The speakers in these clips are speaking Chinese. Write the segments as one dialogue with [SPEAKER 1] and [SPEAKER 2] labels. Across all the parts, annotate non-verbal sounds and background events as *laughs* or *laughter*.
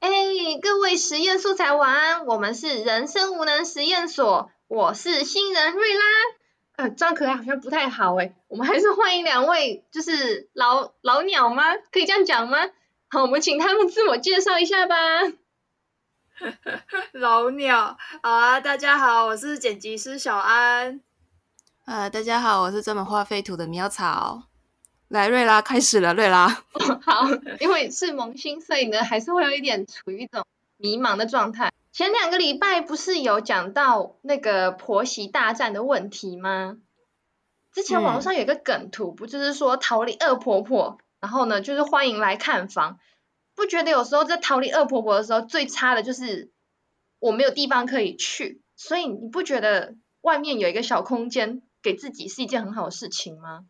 [SPEAKER 1] 嘿，哎各位实验素材晚安，我们是人生无能实验所，我是新人瑞拉。呃，这样可能好像不太好诶，我们还是欢迎两位，就是老老鸟吗？可以这样讲吗？好，我们请他们自我介绍一下吧。
[SPEAKER 2] 老鸟，好啊！大家好，我是剪辑师小安。
[SPEAKER 3] 呃，大家好，我是专门画废土的苗草。来，瑞拉开始了，瑞拉。
[SPEAKER 1] 好， *laughs* 因为是萌新，所以呢还是会有一点处于一种迷茫的状态。前两个礼拜不是有讲到那个婆媳大战的问题吗？之前网络上有一个梗图，不就是说逃离恶婆婆，然后呢就是欢迎来看房。不觉得有时候在逃离恶婆婆的时候，最差的就是我没有地方可以去，所以你不觉得外面有一个小空间给自己是一件很好的事情吗？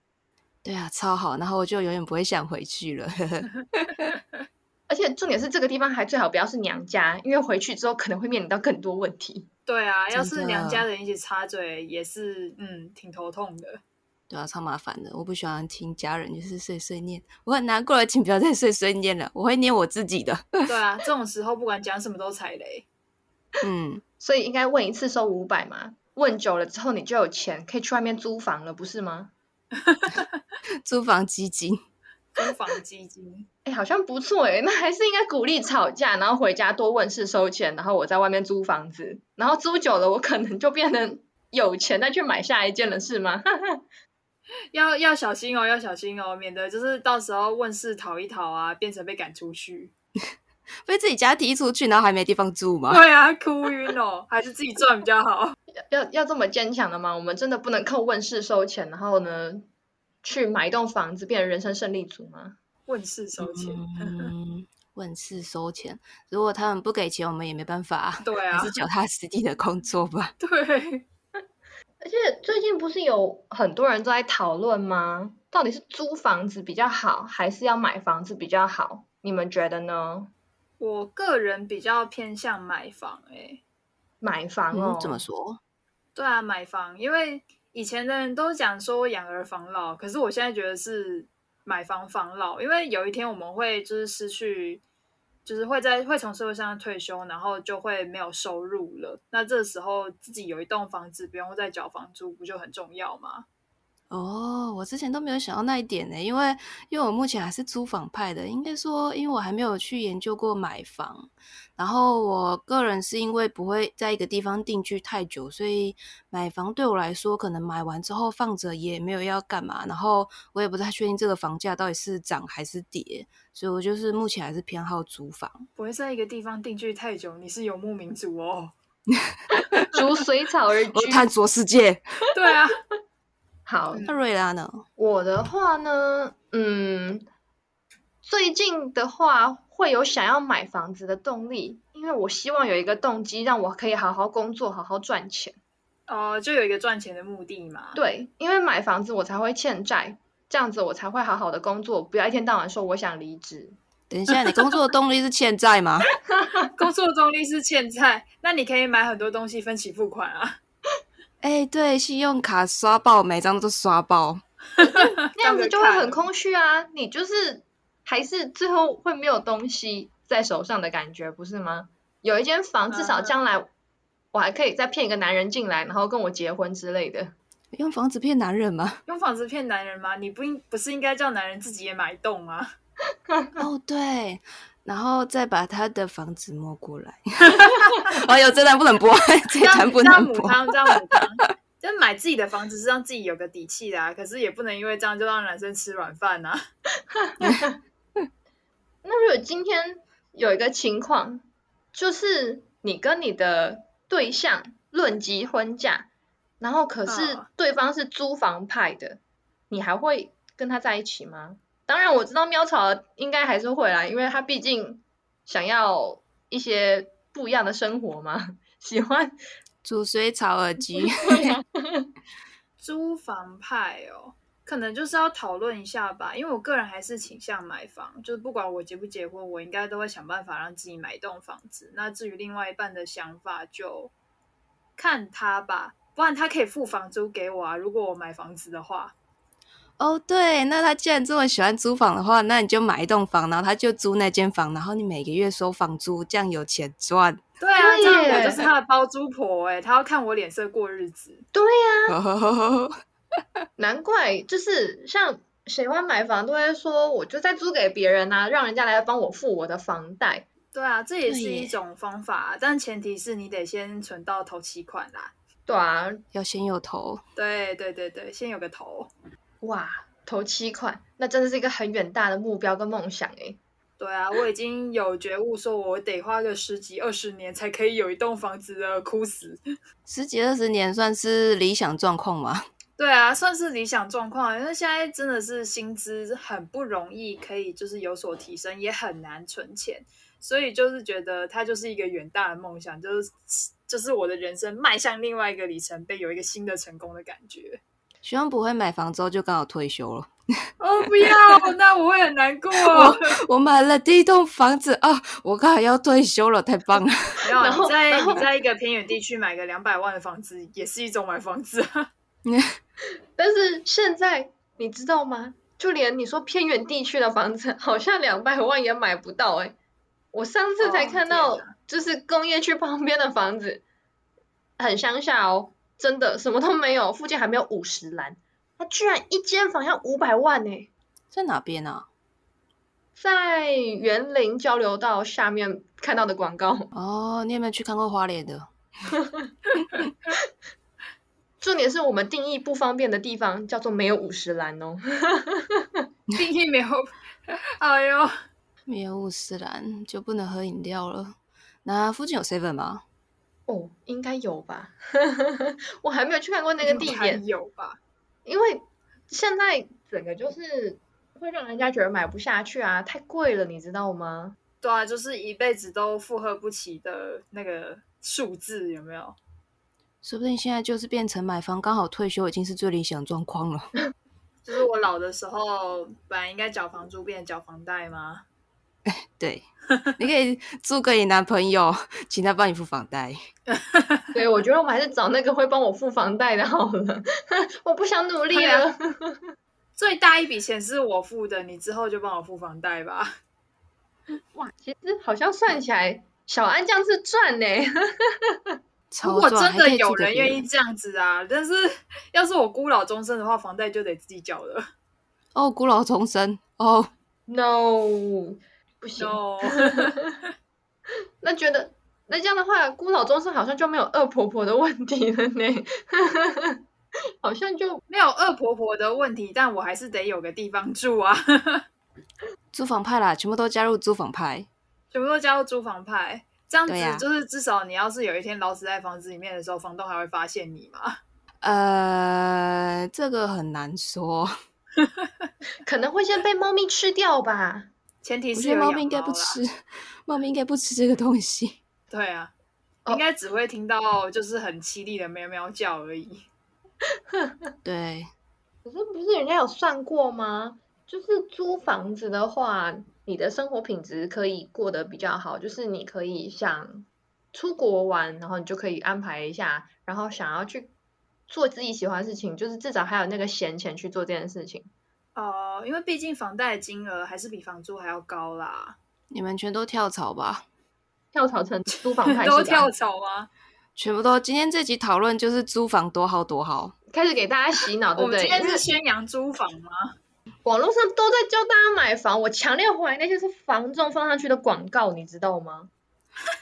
[SPEAKER 3] 对啊，超好。然后我就永远不会想回去了。 *laughs*
[SPEAKER 1] 而且重点是这个地方还最好不要是娘家，因为回去之后可能会面临到更多问题。
[SPEAKER 2] 对啊，
[SPEAKER 3] 真的
[SPEAKER 2] 要是娘家人一起插嘴，也是嗯，挺头痛
[SPEAKER 3] *laughs*
[SPEAKER 2] 的。
[SPEAKER 3] 对啊，超麻烦的。我不喜欢听家人就是碎碎念，我很难过了，请不要再碎碎念了，我会念我自己的。 *laughs*
[SPEAKER 2] 对啊，这种时候不管讲什么都踩雷。
[SPEAKER 3] 嗯，
[SPEAKER 1] 所以应该问一次收五百嘛？问久了之后你就有钱，可以去外面租房了，不是吗？
[SPEAKER 3] 租房基金。
[SPEAKER 2] 租房基金，
[SPEAKER 1] 哎，好像不错哎，那还是应该鼓励吵架，然后回家多问事收钱，然后我在外面租房子，然后租久了我可能就变成有钱再去买下一件了，是吗？ *laughs*
[SPEAKER 2] 要要小心哦，要小心哦，免得就是到时候问事逃一逃啊，变成被赶出去。
[SPEAKER 3] 被自己家踢出去，然后还没地方住吗？
[SPEAKER 2] 对啊，哭晕哦，还是自己赚比较好。
[SPEAKER 1] 要要这么坚强的吗？我们真的不能靠问事收钱，然后呢去买一栋房子变成人生胜利组吗？
[SPEAKER 2] 问事收钱，
[SPEAKER 3] 嗯，问世收钱。如果他们不给钱，我们也没办法、啊，
[SPEAKER 2] 对啊
[SPEAKER 3] 还是脚踏实地的工作吧。
[SPEAKER 2] 对，
[SPEAKER 1] 而且最近不是有很多人都在讨论吗？到底是租房子比较好，还是要买房子比较好？你们觉得呢？
[SPEAKER 2] 我个人比较偏向买房欸诶、
[SPEAKER 1] 买房哦，
[SPEAKER 3] 嗯，怎么说？
[SPEAKER 2] 对啊，买房，因为以前的人都讲说养儿防老，可是我现在觉得是买房防老，因为有一天我们会就是失去，就是会在会从社会上退休，然后就会没有收入了。那这时候自己有一栋房子，不用再缴房租，不就很重要吗？
[SPEAKER 3] 哦，我之前都没有想到那一点呢，因为因为我目前还是租房派的，应该说，因为我还没有去研究过买房。然后我个人是因为不会在一个地方定居太久，所以买房对我来说，可能买完之后放着也没有要干嘛，然后我也不太确定这个房价到底是涨还是跌，所以我就是目前还是偏好租房。
[SPEAKER 2] 不会在一个地方定居太久，你是游牧民族哦。 *laughs*
[SPEAKER 1] 逐水草
[SPEAKER 3] *laughs*
[SPEAKER 1] 而居
[SPEAKER 3] 我。探索世界。
[SPEAKER 2] 对啊，
[SPEAKER 1] 好，
[SPEAKER 3] 那瑞拉呢？
[SPEAKER 1] 我的话呢，嗯，最近的话会有想要买房子的动力，因为我希望有一个动机让我可以好好工作，好好赚钱。
[SPEAKER 2] 哦、就有一个赚钱的目的嘛。
[SPEAKER 1] 对，因为买房子我才会欠债，这样子我才会好好的工作，不要一天到晚说我想离职。
[SPEAKER 3] 等一下，你工作的动力是欠债 *laughs* 吗？
[SPEAKER 2] 工作中力是欠债，那你可以买很多东西分期付款啊，
[SPEAKER 3] 哎、对，信用卡刷爆，每张都刷爆。
[SPEAKER 1] 那样子就会
[SPEAKER 2] 当个
[SPEAKER 1] 很
[SPEAKER 2] 看
[SPEAKER 1] 空虚啊，你就是还是最后会没有东西在手上的感觉，不是吗？有一间房，至少
[SPEAKER 2] 啊
[SPEAKER 1] 将来我还可以再骗一个男人进来，然后跟我结婚之类的。
[SPEAKER 3] 用房子骗男
[SPEAKER 2] *laughs*
[SPEAKER 3] 人吗？
[SPEAKER 2] 用房子骗男人吗？你不应不是应该叫男人自己也买一栋
[SPEAKER 3] *laughs*
[SPEAKER 2] 吗？
[SPEAKER 3] 哦，对，然后再把他的房子摸
[SPEAKER 2] *laughs*
[SPEAKER 3] 过来。哎呦，这段不能播，
[SPEAKER 2] 这
[SPEAKER 3] 这
[SPEAKER 2] 样
[SPEAKER 3] 段不
[SPEAKER 2] 这样
[SPEAKER 3] 能
[SPEAKER 2] 母
[SPEAKER 3] 播。
[SPEAKER 2] 汤，这样母汤。就是买自己的房子是让自己有个底气的啊，可是也不能因为这样就让男生吃软饭啊。
[SPEAKER 1] 那如果今天有一个情况，就是你跟你的对象论及婚嫁，然后可是
[SPEAKER 2] 嗯
[SPEAKER 1] 对方是租房派的，你还会跟他在一起吗？当然我知道喵草应该还是会啦，因为他毕竟想要一些不一样的生活嘛， *laughs* 喜欢
[SPEAKER 3] 煮水草耳机，
[SPEAKER 2] 租房派哦，可能就是要讨论一下吧，因为我个人还是倾向买房，就是不管我结不结婚，我应该都会想办法让自己买一栋房子。那至于另外一半的想法，就看他吧，不然他可以付房租给我啊。如果我买房子的话，
[SPEAKER 3] 哦，对，那他既然这么喜欢租房的话，那你就买一栋房，然后他就租那间房，然后你每个月收房租，这样有钱赚。 *laughs*
[SPEAKER 2] 对啊，
[SPEAKER 1] 对
[SPEAKER 2] 这样我
[SPEAKER 1] 耶
[SPEAKER 2] 就是他的包租婆哎、他要看我脸色过日子。
[SPEAKER 1] 对呀、
[SPEAKER 3] 哦，
[SPEAKER 1] 难怪就是像喜欢买房都会说，我就再租给别人啊，让人家来帮我付我的房贷。
[SPEAKER 2] 对啊，这也
[SPEAKER 3] 对
[SPEAKER 2] 是
[SPEAKER 3] 耶
[SPEAKER 2] 一种方法啊、但前提是你得先存到头期款啦。
[SPEAKER 1] 对啊，
[SPEAKER 3] 要先有头。
[SPEAKER 2] 对对对对，先有个头。
[SPEAKER 1] 哇，投七款，那真的是一个很远大的目标跟梦想欸诶。
[SPEAKER 2] 对啊，我已经有觉悟，说我得花个十几二十年才可以有一栋房子的，哭死。
[SPEAKER 3] 十几二十年算是理想状况吗？
[SPEAKER 2] 对啊，算是理想状况，因为现在真的是薪资很不容易，可以就是有所提升，也很难存钱，所以就是觉得它就是一个远大的梦想，就是就是我的人生迈向另外一个里程碑，有一个新的成功的感觉。
[SPEAKER 3] 希望不会买房之后就刚好退休了。 *laughs*
[SPEAKER 2] 哦，不要，那我会很难过。
[SPEAKER 3] 我买了第一栋房子啊，我刚好要退休了，太棒了！
[SPEAKER 2] 没有，啊
[SPEAKER 1] 然后
[SPEAKER 2] 你在
[SPEAKER 1] 然后
[SPEAKER 2] 你在一个偏远地区买个两百万的房子，也是一种买房子
[SPEAKER 1] *laughs*
[SPEAKER 2] 啊。
[SPEAKER 1] 但是现在你知道吗？就连你说偏远地区的房子，好像两百万也买不到诶。我上次才
[SPEAKER 2] 哦
[SPEAKER 1] 看到
[SPEAKER 2] 天，
[SPEAKER 1] 就是工业区旁边的房子，很乡下哦，真的什么都没有，附近还没有五十栏，它居然一间房要五百万呢、
[SPEAKER 3] 在哪边啊？
[SPEAKER 1] 在园林交流道下面看到的广告，
[SPEAKER 3] 哦，你有没有去看过花莲的？
[SPEAKER 1] 重点是我们定义不方便的地方叫做没有五十栏哦。
[SPEAKER 2] 定义没有， *laughs* 哎呦，
[SPEAKER 3] 没有乌斯兰就不能喝饮料了。那附近有 seven 吗？
[SPEAKER 1] 哦，应该有吧？ *laughs* 我还没有去看过那个地
[SPEAKER 2] 还
[SPEAKER 1] 点，
[SPEAKER 2] 有吧？
[SPEAKER 1] 因为现在整个就是会让人家觉得买不下去啊，太贵了，你知道 *laughs* 吗？
[SPEAKER 2] 对啊，就是一辈子都负荷不起的那个数字，有没有？
[SPEAKER 3] 说不定现在就是变成买房刚好退休，已经是最理想状况了。
[SPEAKER 2] 就是我老的时候，本来应该缴房租，变成缴房贷吗？
[SPEAKER 3] *laughs* 对，你可以租给你男朋友， *laughs* 请他帮你付房贷。
[SPEAKER 1] 对，我觉得我们还是找那个会帮我付房贷的好了， *laughs* 我不想努力
[SPEAKER 2] 对啊
[SPEAKER 1] *laughs* 了。
[SPEAKER 2] 最大一笔钱是我付的，你之后就帮我付房贷吧。
[SPEAKER 1] 哇，其实好像算起来，小安这样是赚呢、
[SPEAKER 2] 如
[SPEAKER 3] 超
[SPEAKER 2] 果
[SPEAKER 3] 赚
[SPEAKER 2] 真的有
[SPEAKER 3] 还可以
[SPEAKER 2] 人
[SPEAKER 3] 租给别
[SPEAKER 2] 愿意这样子啊，但是 *laughs* 要是我孤老终生的话，房贷就得自己缴了。
[SPEAKER 3] 哦，孤老重生哦，
[SPEAKER 1] no，不行。
[SPEAKER 2] No， *laughs*
[SPEAKER 1] 那觉得那这样的话，孤老终生好像就没有恶婆婆的问题了呢， *laughs* 好像就
[SPEAKER 2] 没有恶婆婆的问题，但我还是得有个地方住啊。 *laughs*
[SPEAKER 3] 租房派啦，全部都加入租房派。
[SPEAKER 2] 全部都加入租房派，这样子
[SPEAKER 3] 对呀啊
[SPEAKER 2] 就是至少你要是有一天老死在房子里面的时候，房东还会发现你嘛？
[SPEAKER 3] 呃，这个很难说。
[SPEAKER 1] 可能会先被猫咪吃掉吧。
[SPEAKER 2] 前提
[SPEAKER 3] 我
[SPEAKER 2] 是
[SPEAKER 3] 觉
[SPEAKER 2] 有
[SPEAKER 3] 得
[SPEAKER 2] 养
[SPEAKER 3] 猫咪应该不
[SPEAKER 2] 啦。
[SPEAKER 3] 吃，猫咪应该不吃这个东西。
[SPEAKER 2] 对啊，
[SPEAKER 1] 哦
[SPEAKER 2] 应该只会听到就是很凄厉的喵喵叫而已。
[SPEAKER 3] 对，
[SPEAKER 1] 可是不是人家有算过吗？就是租房子的话，你的生活品质可以过得比较好，就是你可以想出国玩，然后你就可以安排一下，然后想要去做自己喜欢的事情，就是至少还有那个闲钱去做这件事情。
[SPEAKER 2] 哦、因为毕竟房贷的金额还是比房租还要高啦。
[SPEAKER 3] 你们全都跳槽吧，
[SPEAKER 1] 跳槽
[SPEAKER 2] *laughs*
[SPEAKER 1] 成租房派
[SPEAKER 2] 都
[SPEAKER 1] 系吧
[SPEAKER 2] 跳，槽吗？
[SPEAKER 3] 全部都。今天这集讨论就是租房多好多好。
[SPEAKER 1] 开始给大家洗
[SPEAKER 2] *laughs*
[SPEAKER 1] 脑，对
[SPEAKER 2] 我
[SPEAKER 1] 不
[SPEAKER 2] 们
[SPEAKER 1] 对？
[SPEAKER 2] 今天
[SPEAKER 1] 因为
[SPEAKER 2] 是宣扬租房吗？
[SPEAKER 1] 网络上都在教大家买房，我强烈怀疑那些是房仲放上去的广告，你知道吗？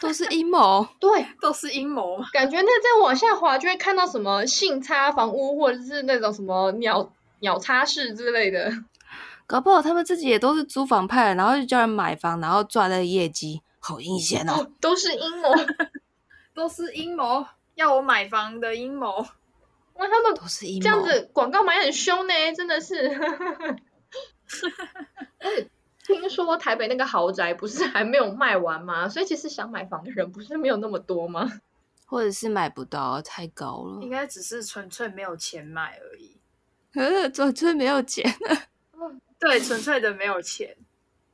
[SPEAKER 3] 都是阴谋。
[SPEAKER 1] 对，
[SPEAKER 2] 都是阴谋吗？
[SPEAKER 1] 感觉那再往下滑就会看到什么性差房屋，或者是那种什么鸟鸟叉式之类的。 *laughs*
[SPEAKER 3] 搞不好他们自己也都是租房派的，然后就叫人买房，然后赚那个业绩，好阴险哦！
[SPEAKER 1] 哦，都是阴谋。 *laughs*
[SPEAKER 2] 都是阴谋，要我买房的阴谋。
[SPEAKER 1] 哇，他们
[SPEAKER 3] 都是阴谋。
[SPEAKER 1] 这样子广告买很凶呢，真的
[SPEAKER 3] *laughs*
[SPEAKER 1] 是。 *laughs* 哎听说台北那个豪宅不是还没有卖完吗？所以其实想买房的人不是没有那么多吗？ *laughs*
[SPEAKER 3] 或者是买不到，太高了
[SPEAKER 2] 应，该只是纯粹没有钱买而已。嗯
[SPEAKER 3] *laughs* 呃，转村没有
[SPEAKER 2] *laughs*
[SPEAKER 3] 钱。
[SPEAKER 2] 对，纯粹的没有钱。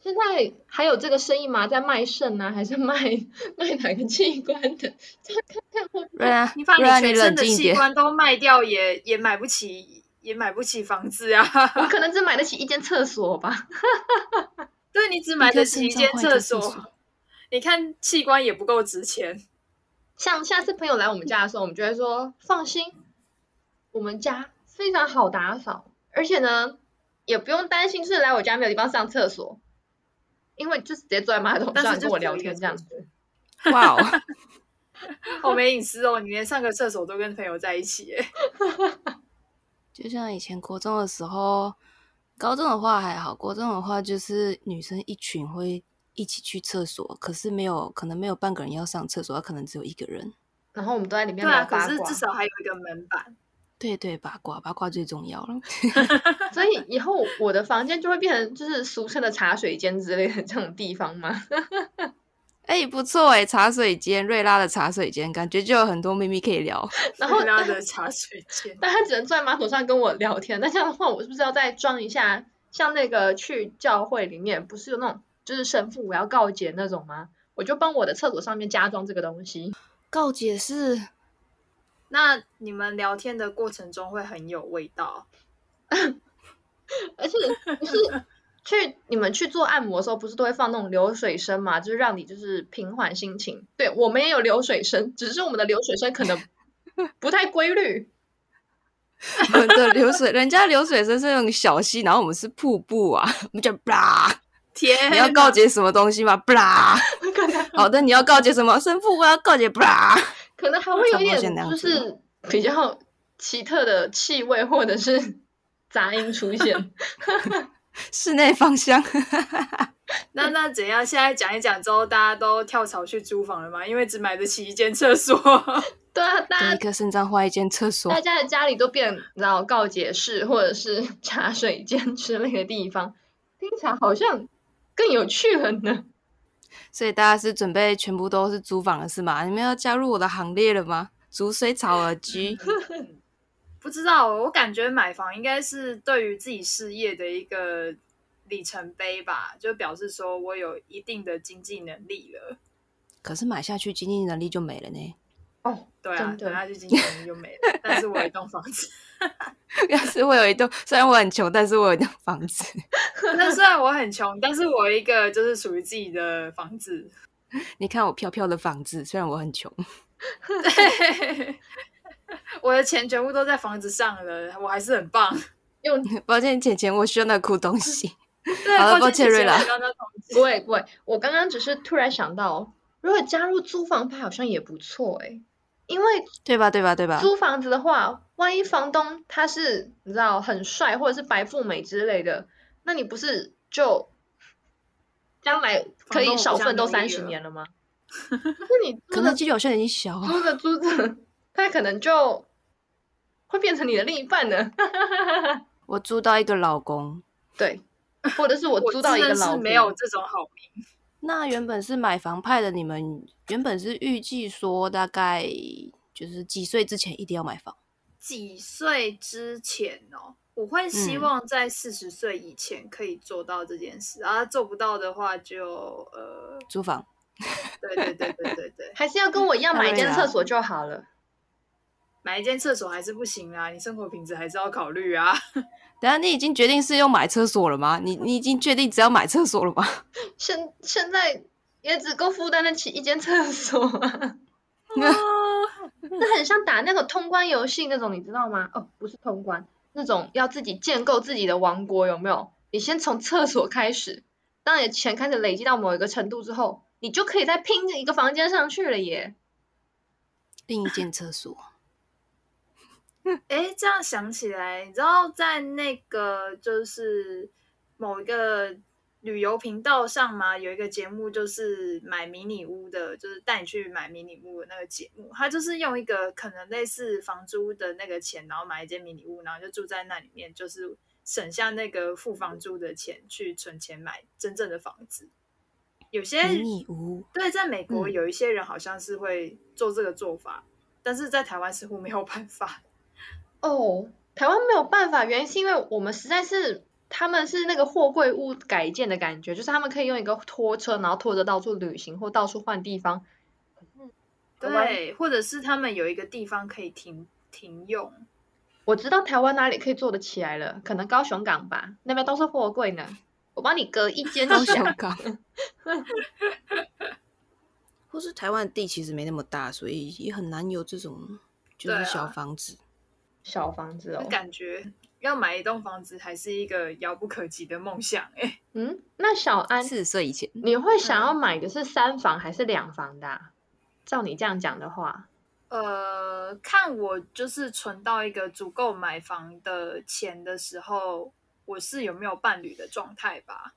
[SPEAKER 1] 现在还有这个生意吗？在卖肾呢、还是卖 *laughs* 卖哪个器官的？这样看看会
[SPEAKER 3] 瑞安，
[SPEAKER 2] 你把
[SPEAKER 3] 瑞安，
[SPEAKER 2] 全身
[SPEAKER 3] 冷
[SPEAKER 2] 的
[SPEAKER 3] 静一
[SPEAKER 2] 器
[SPEAKER 3] 点。
[SPEAKER 2] 官都卖掉也也买不起也买不起房子啊。
[SPEAKER 1] 我可能只买得起一间厕所吧。
[SPEAKER 2] 对你只买
[SPEAKER 3] 个
[SPEAKER 2] 得起一
[SPEAKER 3] 肾
[SPEAKER 2] 间
[SPEAKER 3] 脏换一
[SPEAKER 2] 厕
[SPEAKER 3] 个
[SPEAKER 2] 所，
[SPEAKER 3] 厕
[SPEAKER 2] 你看器官也不够值钱。
[SPEAKER 1] 像下次朋友来我们家的时候，我们就会说放心，我们家非常好打扫，而且呢也不用担心就是来我家没有地方上厕所，因为就直接坐在马桶
[SPEAKER 2] 但是
[SPEAKER 1] 上
[SPEAKER 2] 就
[SPEAKER 1] 跟我
[SPEAKER 2] 只有
[SPEAKER 1] 聊
[SPEAKER 2] 一个
[SPEAKER 1] 天
[SPEAKER 2] 厕
[SPEAKER 1] 这样子。
[SPEAKER 3] 哇哦，
[SPEAKER 2] *laughs* 好没隐私哦，你连上个厕所都跟朋友在一起耶。
[SPEAKER 3] 就像以前国中的时候，高中的话还好，国中的话就是女生一群会一起去厕所，可是没有可能没有半个人要上厕所，可能只有一个人。
[SPEAKER 1] 然后我们都在里面
[SPEAKER 2] 对
[SPEAKER 1] 聊
[SPEAKER 2] 啊，可
[SPEAKER 1] 八
[SPEAKER 2] 是
[SPEAKER 1] 卦，
[SPEAKER 2] 至少还有一个门板。
[SPEAKER 3] 对对，八卦八卦最重要了。 *laughs*
[SPEAKER 1] 所以以后我的房间就会变成就是俗称的茶水间之类的这种地方嘛。
[SPEAKER 3] 哎、不错哎、茶水间，瑞拉的茶水间，感觉就有很多秘密可以聊。
[SPEAKER 1] 然后
[SPEAKER 2] 拉的茶水间，
[SPEAKER 1] 但他只能坐在马桶上跟我聊天。那这样的话，我是不是要再装一下？像那个去教会里面，不是有那种就是神父我要告解那种吗？我就帮我的厕所上面加装这个东西。
[SPEAKER 3] 告解是
[SPEAKER 2] *laughs* 那你们聊天的过程中会很有味道。
[SPEAKER 1] 而且不是去你们去做按摩的时候，不是都会放那种流水声嘛？就是让你就是平缓心情。对我们也有流水声，只是我们的流水声可能不太规律。
[SPEAKER 3] *laughs* 我们的流水，人家流水声是那种小溪，然后我们是瀑布啊，我们就啦。
[SPEAKER 2] *laughs*
[SPEAKER 3] *laughs*
[SPEAKER 2] 天，
[SPEAKER 3] 你要告解什么东西吗？不啦，
[SPEAKER 1] 可能
[SPEAKER 3] 好的，你要告解什么？生父，我要告解不啦。
[SPEAKER 1] 可能还会有
[SPEAKER 3] 差不多先
[SPEAKER 1] 点
[SPEAKER 3] 那样
[SPEAKER 1] 就
[SPEAKER 3] 子
[SPEAKER 1] 是比较奇特的气味或者是杂音出现。
[SPEAKER 3] 室内芳 *laughs* 香，
[SPEAKER 2] 那那怎样？现在讲一讲之后，大家都跳槽去租房了吗？因为只买得起一间厕所。
[SPEAKER 1] 对啊，大
[SPEAKER 3] 给一
[SPEAKER 1] 家
[SPEAKER 3] 个肾脏换一间厕所
[SPEAKER 1] 大。家的家里都变，然后告解室或者是茶水间之类的地方， *laughs* 听起来好像更有趣了呢。
[SPEAKER 3] 所以大家是准备全部都是租房了是吗？你们要加入我的行列了吗？逐水草而 *laughs* 居，
[SPEAKER 2] 不知道，我感觉买房应该是对于自己事业的一个里程碑吧，就表示说我有一定的经济能力了。
[SPEAKER 3] 可是买下去经济能力就没了呢。
[SPEAKER 1] 哦，
[SPEAKER 2] 对啊
[SPEAKER 1] 真，的
[SPEAKER 2] 等下去经济能力就没了，但是我有一栋房
[SPEAKER 1] *laughs*
[SPEAKER 2] 子。
[SPEAKER 3] *laughs* 要是我有一栋，虽然我很穷，但是我有一栋房子。 *laughs*
[SPEAKER 2] 那虽然我很穷，但是我有一个就是属于自己的
[SPEAKER 1] *laughs*
[SPEAKER 2] 房子。
[SPEAKER 3] 你看我飘飘的房子，虽然我很穷， *laughs*
[SPEAKER 2] 我的钱全部都在房子上了，我还是很棒。
[SPEAKER 1] 用
[SPEAKER 3] 抱歉姐姐，我需要那哭东西。
[SPEAKER 2] 对，
[SPEAKER 3] 好了抱
[SPEAKER 2] 歉
[SPEAKER 3] 歉瑞拉
[SPEAKER 2] 姐姐我刚刚同
[SPEAKER 1] 不会不会，我刚刚只是突然想到，如果加入租房派好像也不错诶、因为
[SPEAKER 3] *laughs* 对吧？对吧？对吧？
[SPEAKER 1] 租房子的话，万一房东他是你知道很帅或者是白富美之类的，那你不是就将来可
[SPEAKER 2] 房东我
[SPEAKER 1] 以
[SPEAKER 2] 不
[SPEAKER 1] 少
[SPEAKER 2] 想
[SPEAKER 1] 奋斗
[SPEAKER 2] 努力
[SPEAKER 1] 三十
[SPEAKER 2] 了
[SPEAKER 1] 年了
[SPEAKER 2] *laughs*
[SPEAKER 1] 吗？那你
[SPEAKER 3] 可
[SPEAKER 1] 租
[SPEAKER 3] 能
[SPEAKER 1] 的
[SPEAKER 3] 几率好像有点小
[SPEAKER 1] *laughs*
[SPEAKER 3] 啊。
[SPEAKER 1] 租着租着，他可能就会变成你的另一半呢。
[SPEAKER 3] 我租到一个老公，
[SPEAKER 1] *laughs* 对，或者是我
[SPEAKER 2] 我
[SPEAKER 1] 租到一个
[SPEAKER 2] 真的
[SPEAKER 1] 老
[SPEAKER 2] 是
[SPEAKER 1] 公
[SPEAKER 2] 没有这种好命。
[SPEAKER 3] 那原本是买房派的，你们原本是预计说大概就是几岁之前一定要买房？
[SPEAKER 2] 几岁之前哦，我会希望在四十岁以前可以做到这件事，啊，做不到的话就呃，
[SPEAKER 3] 租房？
[SPEAKER 2] 对对对对对对，
[SPEAKER 1] 还是要跟我一样买一
[SPEAKER 3] 当
[SPEAKER 1] 间
[SPEAKER 3] 然
[SPEAKER 1] 厕
[SPEAKER 3] 啦
[SPEAKER 1] 所就好了。
[SPEAKER 2] 买一间厕所还是不行啊，你生活品质还是要考虑啊。
[SPEAKER 3] 等一下你已经决定是用买厕所了吗？你你已经确定只要买厕所了吗？
[SPEAKER 1] 现现在也只够负担得起一间厕所、啊， *laughs* 这很像打那个通关游戏那种，你知道吗？哦，不是通关，那种要自己建构自己的王国，有没有？你先从厕所开始，当你的钱开始累积到某一个程度之后，你就可以再拼一个房间上去了耶。
[SPEAKER 3] 另一间厕 *laughs* 所，
[SPEAKER 2] 诶，这样想起来，你知道在那个就是某一个旅游频道上嘛，有一个节目就是买迷你屋的，就是带你去买迷你屋的那个节目，它就是用一个可能类似房租的那个钱，然后买一间迷你屋，然后就住在那里面，就是省下那个付房租的钱去存钱买真正的房子。有些
[SPEAKER 3] 迷你屋。
[SPEAKER 2] 对，在美国
[SPEAKER 3] 嗯
[SPEAKER 2] 有一些人好像是会做这个做法，但是在台湾似乎没有办法。
[SPEAKER 1] 哦，台湾没有办法，原因是因为我们实在是他们是那个货柜屋改建的感觉，就是他们可以用一个拖车，然后拖着到处旅行或到处换地方。可是台湾
[SPEAKER 2] 对，或者是他们有一个地方可以停停用，
[SPEAKER 1] 我知道台湾哪里可以做得起来了，可能高雄港吧，那边都是货柜呢。我帮你隔一间
[SPEAKER 3] 高
[SPEAKER 1] 就
[SPEAKER 3] 雄
[SPEAKER 1] 行。
[SPEAKER 3] 港， *laughs* 或是台湾地其实没那么大，所以也很难有这种就
[SPEAKER 2] 对
[SPEAKER 3] 是
[SPEAKER 2] 啊
[SPEAKER 3] 小房子。
[SPEAKER 1] 小房子哦
[SPEAKER 2] 就，感觉要买一栋房子还是一个遥不可及的梦想哎、
[SPEAKER 1] 嗯，那小安，
[SPEAKER 3] 四十岁以前，
[SPEAKER 1] 你会想要买的是三房还是两房的啊、照你这样讲的话，
[SPEAKER 2] *laughs* 呃，看我就是存到一个足够买房的钱的时候，我是有没有伴侣的状态吧？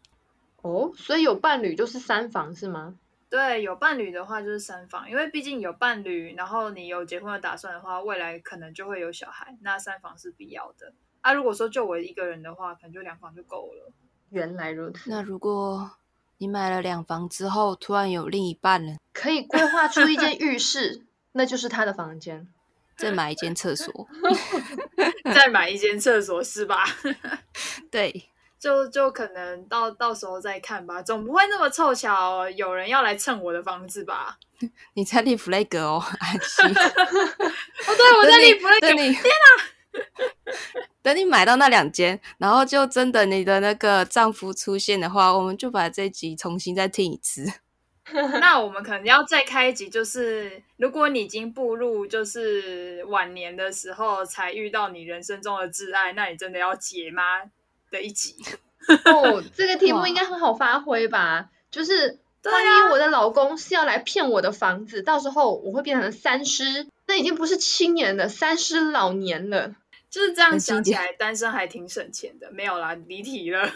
[SPEAKER 1] 哦，所以有伴侣就是三房是吗？
[SPEAKER 2] 对，有伴侣的话就是三房，因为毕竟有伴侣，然后你有结婚的打算的话，未来可能就会有小孩，那三房是必要的。啊，如果说就我一个人的话，可能就两房就够了。
[SPEAKER 1] 原来如此，
[SPEAKER 3] 那如果你买了两房之后，突然有另一半了，
[SPEAKER 1] 可以规划出一间浴室，那就是他的房间。
[SPEAKER 3] 再买一间
[SPEAKER 2] *laughs*
[SPEAKER 3] 厕所，
[SPEAKER 2] *laughs* 再买一间厕所是吧？
[SPEAKER 3] 对，
[SPEAKER 2] 就就可能到到时候再看吧，总不会那么凑巧有人要来蹭我的房子吧？
[SPEAKER 3] 你在立弗雷格哦，安息。
[SPEAKER 2] 哦， *laughs* 对，我在利弗
[SPEAKER 3] 不会
[SPEAKER 2] 雷
[SPEAKER 3] 等你，天哪！ *laughs* 等你买到那两间，然后就真的你的那个丈夫出现的话，我们就把这集重新再听一次。
[SPEAKER 2] 那我们可能要再开一集，就是如果你已经步入就是晚年的时候才遇到你人生中的挚爱，那你真的要解吗的一集？
[SPEAKER 1] 哦，这个题目
[SPEAKER 3] 哇
[SPEAKER 1] 应该很好发挥吧？就是
[SPEAKER 2] 对
[SPEAKER 1] 万一我的老公是要来骗我的房子，到时候我会变成三尸，那已经不是青年了，三尸老年了。
[SPEAKER 2] 就是这样想起来，单身还挺省钱的。没有啦，离题了。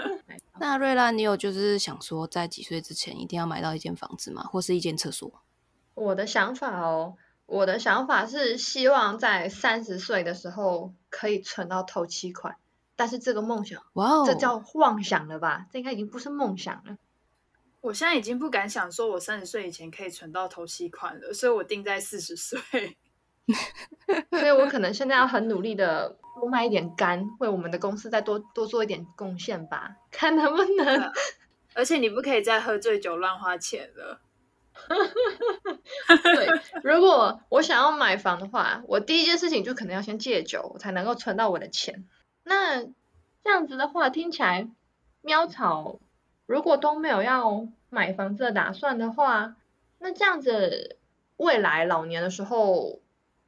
[SPEAKER 2] *laughs*
[SPEAKER 3] 那瑞拉，你有就是想说，在几岁之前一定要买到一间房子吗？或是一间厕所？
[SPEAKER 1] 我的想法哦，我的想法是希望在三十岁的时候可以存到头期款，但是这个梦想，
[SPEAKER 3] 哇哦，
[SPEAKER 1] 这叫妄想了吧？这应该已经不是梦想了。
[SPEAKER 2] 我现在已经不敢想说，我三十岁以前可以存到头期款了，所以我定在四十岁。 *laughs*
[SPEAKER 1] 所以我可能现在要很努力的多卖一点肝，为我们的公司再多多做一点贡献吧，看能不能。
[SPEAKER 2] 而且你不可以再喝醉酒乱花钱了。
[SPEAKER 1] *laughs* 对，如果我想要买房的话，我第一件事情就可能要先戒酒，我才能够存到我的钱。那这样子的话，听起来喵草如果都没有要买房子的打算的话，那这样子未来老年的时候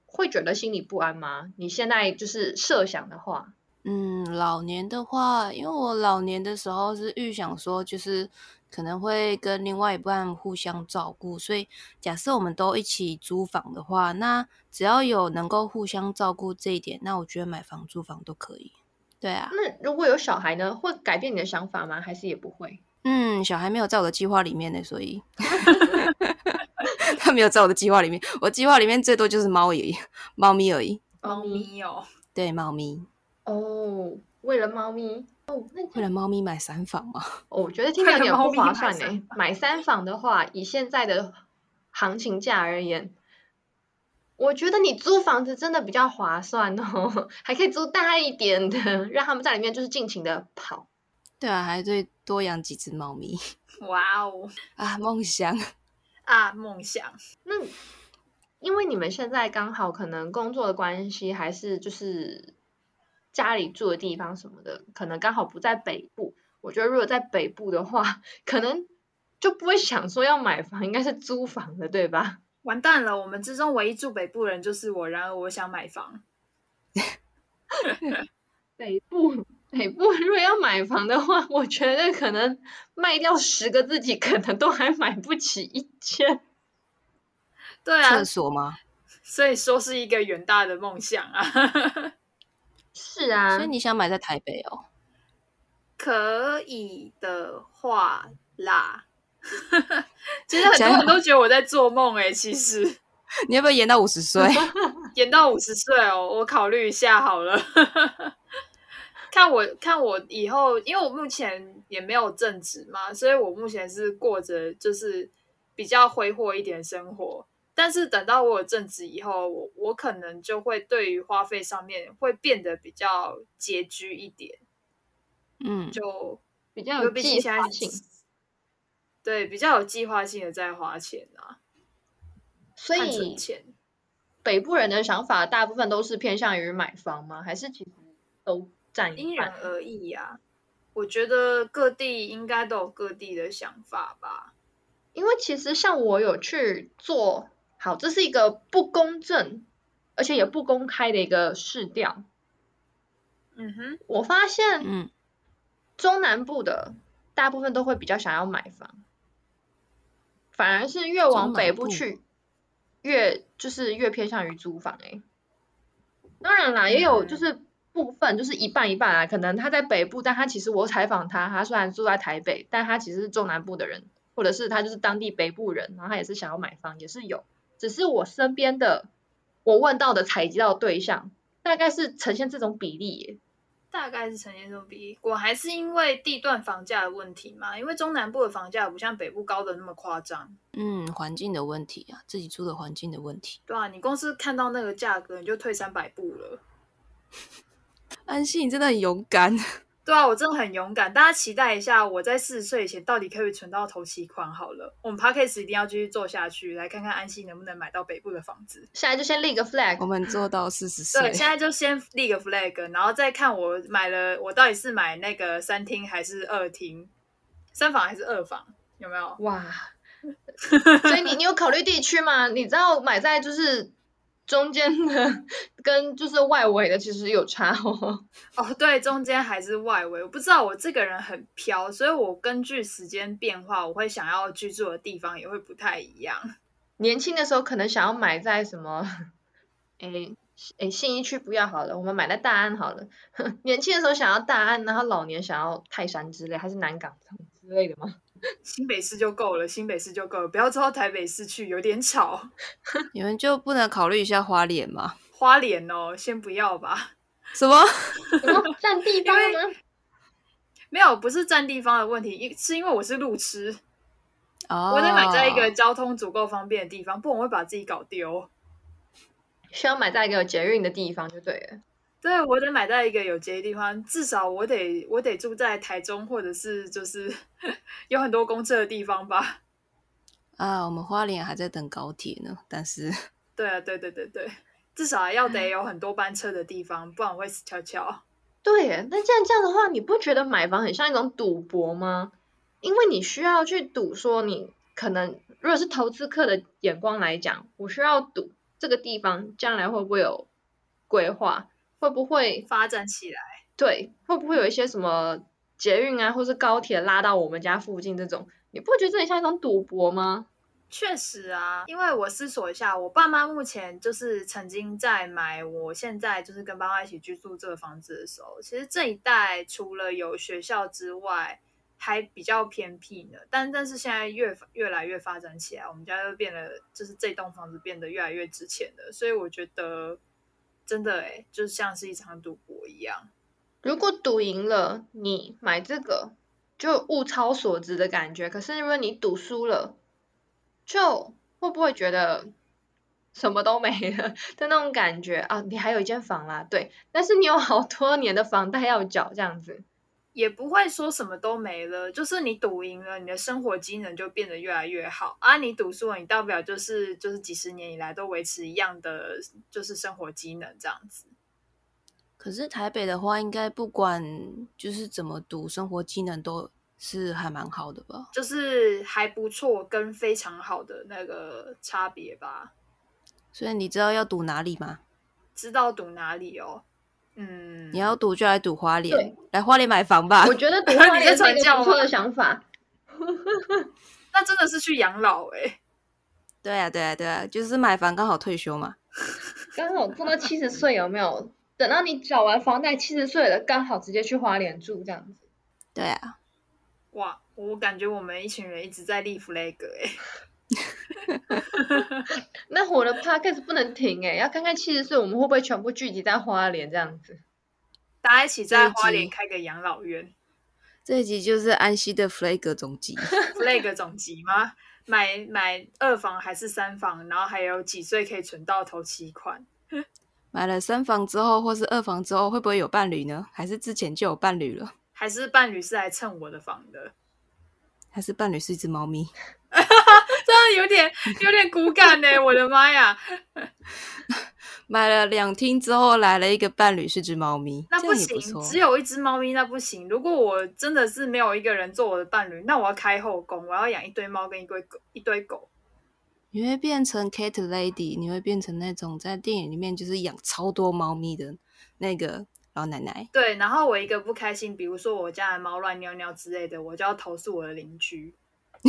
[SPEAKER 1] 会觉得心里不安吗？你现在就是设想的话，
[SPEAKER 3] 嗯，老年的话，因为我老年的时候是预想说，就是可能会跟另外一半互相照顾，所以假设我们都一起租房的话，那只要有能够互相照顾这一点，那我觉得买房租房都可以。对啊，
[SPEAKER 1] 那如果有小孩呢，会改变你的想法吗？还是也不会？
[SPEAKER 3] 嗯，小孩没有在我的计划里面呢，所 *laughs* 以他没有在我的计划里面。我计划里面最多就是猫而已，猫咪而已。
[SPEAKER 2] 猫
[SPEAKER 1] 猫咪
[SPEAKER 2] 咪哦，
[SPEAKER 3] 对，猫咪
[SPEAKER 1] 哦，为了猫咪，
[SPEAKER 3] 为了猫咪买三房吗？ *laughs*
[SPEAKER 1] 哦我觉得听起来有点不划算
[SPEAKER 2] 为了猫咪买三
[SPEAKER 1] 呢。买三房的话，以现在的行情价而言，我觉得你租房子真的比较划算哦， *laughs* 还可以租大一点的，让他们在里面就是尽情的跑。
[SPEAKER 3] 对啊，还对多养几只猫咪
[SPEAKER 2] 哇哦
[SPEAKER 3] 啊，梦想。
[SPEAKER 2] 啊，梦想。
[SPEAKER 1] 那因为你们现在刚好可能工作的关系，还是就是家里住的地方什么的，可能刚好不在北部。我觉得如果在北部的话，可能就不会想说要买房，应该是租房的，对吧？
[SPEAKER 2] 完蛋了，我们之中唯一住北部人就是我。然而我想买房，
[SPEAKER 1] 北部 *laughs* 北部如果要买房的话，我觉得可能卖掉十个自己，可能都还买不起一间。
[SPEAKER 2] 对啊
[SPEAKER 3] 厕，所吗？
[SPEAKER 2] 所以说是一个远大的梦想啊。 *laughs*
[SPEAKER 1] 是啊，
[SPEAKER 3] 所以你想买在台北哦？
[SPEAKER 2] 可以的话啦，其实很
[SPEAKER 3] 想
[SPEAKER 2] 多
[SPEAKER 3] 要
[SPEAKER 2] 人都觉得我在做梦哎、其实
[SPEAKER 3] *laughs* 你要不要延到五十岁？
[SPEAKER 2] 演到五十岁哦，我考虑一下好了。 *laughs* 看我看我以后，因为我目前也没有正职嘛，所以我目前是过着就是比较挥霍一点生活。但是等到我有正职以后，我我可能就会对于花费上面会变得比较拮据一点，
[SPEAKER 3] *laughs* 嗯，
[SPEAKER 2] 就
[SPEAKER 1] 比较
[SPEAKER 2] 因为
[SPEAKER 1] 有
[SPEAKER 2] 毕竟
[SPEAKER 1] 计
[SPEAKER 2] 现在
[SPEAKER 1] 划
[SPEAKER 2] 是
[SPEAKER 1] 性，
[SPEAKER 2] 对比较有计划性的在花钱啊，
[SPEAKER 1] 所
[SPEAKER 2] 和存
[SPEAKER 1] 以
[SPEAKER 2] 钱。
[SPEAKER 1] 北部人的想法大部分都是偏向于买房吗？还是其实都占一
[SPEAKER 2] 因人
[SPEAKER 1] 半？
[SPEAKER 2] 而异呀、我觉得各地应该都有各地的想法吧。
[SPEAKER 1] 因为其实像我有去做，好，这是一个不公正，而且也不公开的一个试调，
[SPEAKER 2] 嗯哼，
[SPEAKER 1] 我发现
[SPEAKER 3] 嗯，
[SPEAKER 1] 中南部的大部分都会比较想要买房，反而是越往
[SPEAKER 3] 中
[SPEAKER 1] 北
[SPEAKER 3] 南
[SPEAKER 1] 部
[SPEAKER 3] 部
[SPEAKER 1] 去，越就是越偏向于租房哎、当然啦，也有就
[SPEAKER 2] 嗯
[SPEAKER 1] 是部分就是一半一半啊，可能他在北部，但他其实我采访他，他虽然住在台北，但他其实是中南部的人，或者是他就是当地北部人，然后他也是想要买房，也是有。只是我身边的我问到的采集到的对象，大概是呈现这种比例欸耶、
[SPEAKER 2] 大概是呈现这种比例。我还是因为地段房价的问题嘛，因为中南部的房价不像北部高的那么夸张。
[SPEAKER 3] 嗯，环境的问题啊，自己住的环境的问题。
[SPEAKER 2] 对啊，你公司看到那个价格你就退三百步了。
[SPEAKER 3] 安心，你真的很勇敢。 *laughs*
[SPEAKER 2] 对啊，我真的很勇敢，大家期待一下，我在四十岁以前到底可不可以存到头期款好了。我们 podcast 一定要继续做下去，来看看安心能不能买到北部的房子。
[SPEAKER 1] 现在就先立个 flag，
[SPEAKER 3] 我们做到四十岁
[SPEAKER 2] 对，，现在就先立个 flag，然后再看我买了，我到底是买那个三厅还是二厅，三房还是二房，有没有？
[SPEAKER 1] 哇！ *laughs* 所以你你有考虑地区吗？你知道买在就是中间的跟就是外围的其实有差哦。
[SPEAKER 2] 哦，对，中间还是外围，我不知道我这个人很飘，所以我根据时间变化，我会想要居住的地方也会不太一样。 *laughs*
[SPEAKER 1] 年轻的时候可能想要买在什么，诶诶信义区不要好了，我们买在大安好了。 *laughs* 年轻的时候想要大安，然后老年想要泰山之类，还是南港之类的吗？
[SPEAKER 2] 新北市就够了，新北市就够了，不要坐到台北市去，有点吵。
[SPEAKER 3] 你们就不能考虑一下花脸吗？
[SPEAKER 2] 花莲哦，先不要吧。 *laughs*
[SPEAKER 3] 什么？
[SPEAKER 1] 什么占地方
[SPEAKER 2] 因
[SPEAKER 1] 吗？
[SPEAKER 2] 没有，不是占地方的问题，因是因为我是路痴，
[SPEAKER 3] 哦，
[SPEAKER 2] 我得买在一个交通足够方便的地方，不然我会把自己搞丢。
[SPEAKER 1] 需要买在一个有捷运的地方就对了。
[SPEAKER 2] 对，我得买在一个有捷的地方，至少我得我得住在台中，或者是就是 *laughs* 有很多公车的地方吧。
[SPEAKER 3] 啊，我们花莲还在等高铁呢，但是
[SPEAKER 2] 对啊，对对对对，至少要得有很多班车的地方，不然我会死翘翘。
[SPEAKER 1] 对耶，那这样这样的话，你不觉得买房很像一种赌博吗？因为你需要去赌，说你可能如果是投资客的眼光来讲，我需要赌这个地方将来会不会有规划，会不会
[SPEAKER 2] 发展起来，
[SPEAKER 1] 对，会不会有一些什么捷运啊，或是高铁拉到我们家附近这种，你不觉得这很像一种赌博吗？
[SPEAKER 2] 确实啊，因为我思索一下，我爸妈目前就是曾经在买我现在就是跟爸妈一起居住这个房子的时候，其实这一带除了有学校之外，还比较偏僻呢。但但是现在越越来越发展起来，我们家就变得就是这栋房子变得越来越值钱了，所以我觉得真的诶，就像是一场赌博一样。
[SPEAKER 1] 如果赌赢了，你买这个就物超所值的感觉；可是如果你赌输了，就会不会觉得什么都没了的那种感觉啊？你还有一间房啦，对，但是你有好多年的房贷要缴，这样子。
[SPEAKER 2] 也不会说什么都没了，就是你赌赢了，你的生活机能就变得越来越好啊。你赌输了，你大不了就是就是几十年以来都维持一样的就是生活机能这样子。
[SPEAKER 3] 可是台北的话，应该不管就是怎么读，生活技能都是还蛮好的吧？
[SPEAKER 2] 就是还不错跟非常好的那个差别吧，
[SPEAKER 3] 所以你知道要读哪里吗？
[SPEAKER 2] 知道赌哪里哦。嗯，
[SPEAKER 3] 你要读就来读花莲
[SPEAKER 1] 对，
[SPEAKER 3] 来花莲买房吧
[SPEAKER 1] 我。觉得赌花
[SPEAKER 2] 啊你
[SPEAKER 1] 莲是
[SPEAKER 2] 在
[SPEAKER 1] 一
[SPEAKER 2] 传
[SPEAKER 1] 个
[SPEAKER 2] 教
[SPEAKER 1] 不错的
[SPEAKER 2] 吗
[SPEAKER 1] 想法，
[SPEAKER 2] 那真的是去养老哎、
[SPEAKER 3] 对啊，对啊，对啊，就是买房刚好退休嘛。
[SPEAKER 1] 刚好碰到七十岁有没有？等到你缴完房贷，七十岁了，刚好直接去花莲住这样子。
[SPEAKER 3] 对啊，
[SPEAKER 2] 哇，我感觉我们一群人一直在立 flag 哎、
[SPEAKER 1] 那我的 podcast 不能停诶、要看看七十岁我们会不会全部聚集在花莲这样子。
[SPEAKER 2] 大家一起在花
[SPEAKER 3] 这一
[SPEAKER 2] 莲
[SPEAKER 3] 集
[SPEAKER 2] 开个养老院。
[SPEAKER 3] 这一集就是安息的 flag 总
[SPEAKER 2] *laughs*
[SPEAKER 3] 集。
[SPEAKER 2] flag 总集吗？买买二房还是三房？然后还有几岁可以存到头期款？
[SPEAKER 3] 买了三房之后，或是二房之后，会不会有伴侣呢？还是之前就有伴侣了？
[SPEAKER 2] 还是伴侣是来蹭我的房的？ *laughs*
[SPEAKER 3] 还是伴侣是一只猫咪？ *laughs* *laughs*
[SPEAKER 2] 真的有点有点骨感呢、我的妈呀！
[SPEAKER 3] 买了两厅之后来了一个伴侣是只猫咪，
[SPEAKER 2] 那
[SPEAKER 3] 这样也
[SPEAKER 2] 行，
[SPEAKER 3] 不错。
[SPEAKER 2] 只有一只猫咪那不行。如果我真的是没有一个人做我的伴侣，那我要开后宫，我要养一堆猫跟一堆狗，一堆狗。
[SPEAKER 3] 你会变成 cat lady，你会变成那种在电影里面就是养超多猫咪的那个老奶奶。
[SPEAKER 2] 对，然后我一个不开心，比如说我家的猫乱尿尿之类的，我就要投诉我的邻
[SPEAKER 3] *laughs*
[SPEAKER 2] 居。
[SPEAKER 3] *laughs*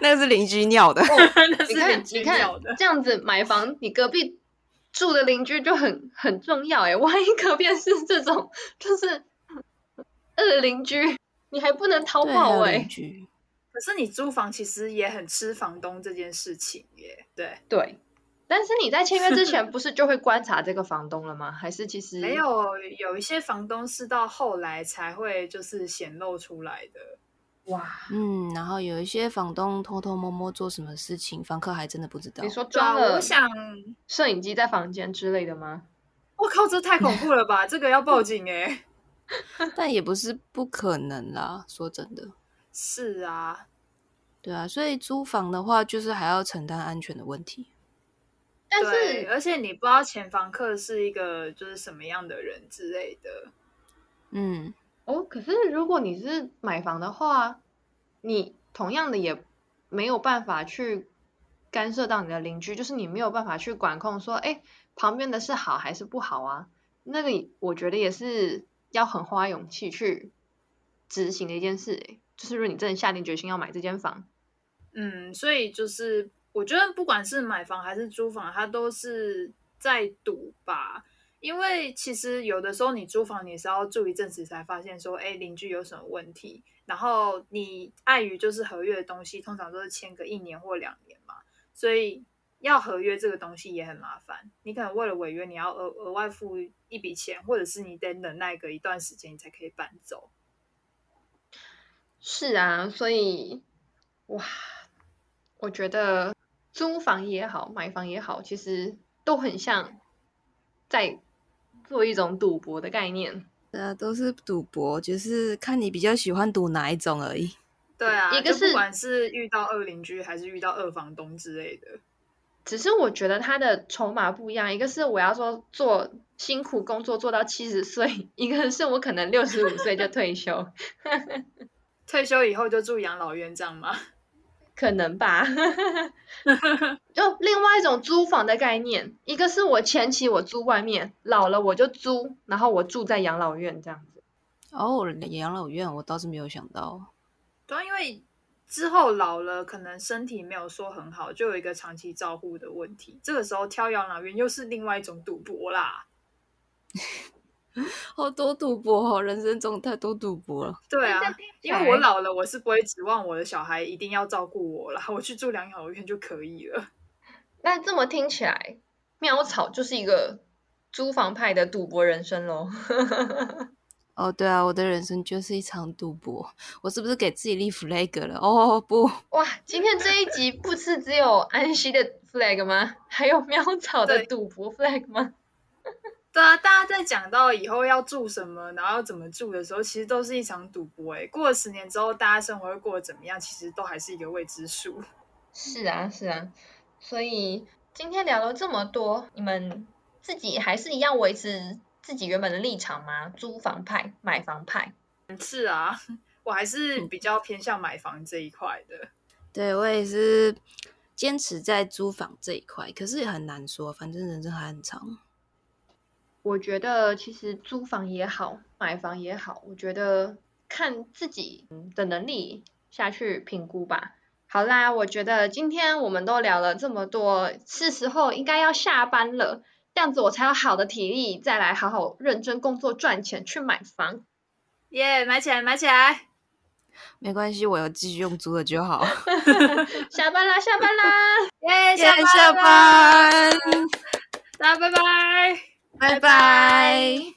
[SPEAKER 3] 那个是邻居
[SPEAKER 1] *laughs*
[SPEAKER 3] 尿的，
[SPEAKER 2] 那
[SPEAKER 1] 你
[SPEAKER 2] 是
[SPEAKER 1] 看
[SPEAKER 2] 邻，居
[SPEAKER 1] 你看
[SPEAKER 2] 尿的，
[SPEAKER 1] 这样子买房，你隔壁住的邻居就很很重要哎。万一隔壁是这种就是恶邻居，你还不能逃
[SPEAKER 3] 对，还
[SPEAKER 1] 跑
[SPEAKER 3] 有邻
[SPEAKER 1] 哎。
[SPEAKER 3] 居。
[SPEAKER 2] 可是你租房其实也很吃房东这件事情耶。对，
[SPEAKER 1] 对，但是你在签约之前不是就会观察这个房东了吗？还是其实
[SPEAKER 2] 没有有一些房东是到后来才会就是显露出来的。
[SPEAKER 1] 哇？
[SPEAKER 3] 嗯，然后有一些房东偷偷摸摸做什么事情，房客还真的不知道
[SPEAKER 1] 你。说
[SPEAKER 2] 对啊，
[SPEAKER 1] 装了
[SPEAKER 2] 我想，
[SPEAKER 1] 摄影机在房间之类的吗？
[SPEAKER 2] 我靠，这太恐怖
[SPEAKER 1] *laughs*
[SPEAKER 2] 了吧！这个要报警哎、
[SPEAKER 3] 但也不是不可能啦，说真的。
[SPEAKER 2] 是啊，
[SPEAKER 3] 对啊，所以租房的话，就是还要承担安全的问题。
[SPEAKER 1] 但
[SPEAKER 2] 对，
[SPEAKER 1] 是
[SPEAKER 2] 而且你不知道前房客是一个就是什么样的人之类的。
[SPEAKER 3] 嗯，
[SPEAKER 1] 哦，可是如果你是买房的话，你同样的也没有办法去干涉到你的邻居，就是你没有办法去管控说，哎，旁边的是好还是不好啊？那个也我觉得也是要很花勇气去执行的一件事，诶就是如果你真的下定决心要买这间房，
[SPEAKER 2] 嗯，所以就是我觉得不管是买房还是租房，它都是在赌吧。因为其实有的时候你租房，你是要住一阵子才发现说，哎，邻居有什么问题。然后你碍于就是合约的东西，通常都是签个一年或两年嘛，所以要合约这个东西也很麻烦。你可能为了违约，你要额额外付一笔钱，或者是你得忍耐个一段时间，你才可以搬走。
[SPEAKER 1] 是啊，所以哇，我觉得租房也好，买房也好，其实都很像在做一种赌博的概念。
[SPEAKER 3] 呃，都是赌博，就是看你比较喜欢赌哪一种而已。
[SPEAKER 2] 对啊，
[SPEAKER 1] 一个
[SPEAKER 2] 就是不管是遇到二邻居还是遇到二房东之类的，
[SPEAKER 1] 只是我觉得他的筹码不一样，一个是我要说做辛苦工作做到七十岁，一个是我可能六十五岁就退休，
[SPEAKER 2] 退休以后就住养老院这样吗？ *laughs*
[SPEAKER 1] 可能吧。就另外一种租房的概念，一个是我前期我租外面，老了我就租，然后我住在养老院这样子。
[SPEAKER 3] 哦，养老院我倒是没有想到。
[SPEAKER 2] 对啊，因为之后老了，可能身体没有说很好，就有一个长期照护的问题。这个时候挑养老院又是另外一种赌博啦。
[SPEAKER 3] 好多赌博哦，人生中太多赌博了。
[SPEAKER 2] 对
[SPEAKER 1] 这
[SPEAKER 2] 啊
[SPEAKER 1] 样听，起
[SPEAKER 2] 因为我
[SPEAKER 1] 来
[SPEAKER 2] 老了，我是不会指望我的小孩一定要照顾我啦， *laughs* 我去住养老院就可以了。
[SPEAKER 1] 那这么听起来，喵草就是一个租房派的赌博人生喽。
[SPEAKER 3] 哦，对啊，我的人生就是一场赌博。我是不是给自己立 flag 了？哦不，
[SPEAKER 1] *laughs* 哇，今天这一集不是只有安息的 flag 吗？还有喵草的
[SPEAKER 2] 对
[SPEAKER 1] 赌博 flag 吗？
[SPEAKER 2] *laughs* 对啊，大家在讲到以后要住什么，然后要怎么住的时候，其实都是一场赌博、欸。过了十年之后，大家生活会过得怎么样，其实都还是一个未知数。
[SPEAKER 1] 是啊，是啊，所以今天聊了这么多，你们自己还是一样维持自己原本的立场吗？租房派、买房派？
[SPEAKER 2] 我还是比较偏向买房这一块的。
[SPEAKER 3] 对我也是坚持在租房这一块，可是也很难说，反正人生还很长。
[SPEAKER 1] 我觉得其实租房也好，买房也好，我觉得看自己的能力下去评估吧。好啦，我觉得今天我们都聊了这么多，是时候应该要下班了，这样子我才有好的体力再来好好认真工作赚钱去买房。
[SPEAKER 2] 耶、买起来，买起来！
[SPEAKER 3] 没关系，我有继续用租的就
[SPEAKER 2] *laughs*
[SPEAKER 3] 好。
[SPEAKER 1] 下班啦，下班啦，
[SPEAKER 2] 耶、
[SPEAKER 3] 耶
[SPEAKER 2] 班
[SPEAKER 3] 下
[SPEAKER 2] 下，
[SPEAKER 3] 班，
[SPEAKER 2] 大家拜拜。
[SPEAKER 3] 拜拜。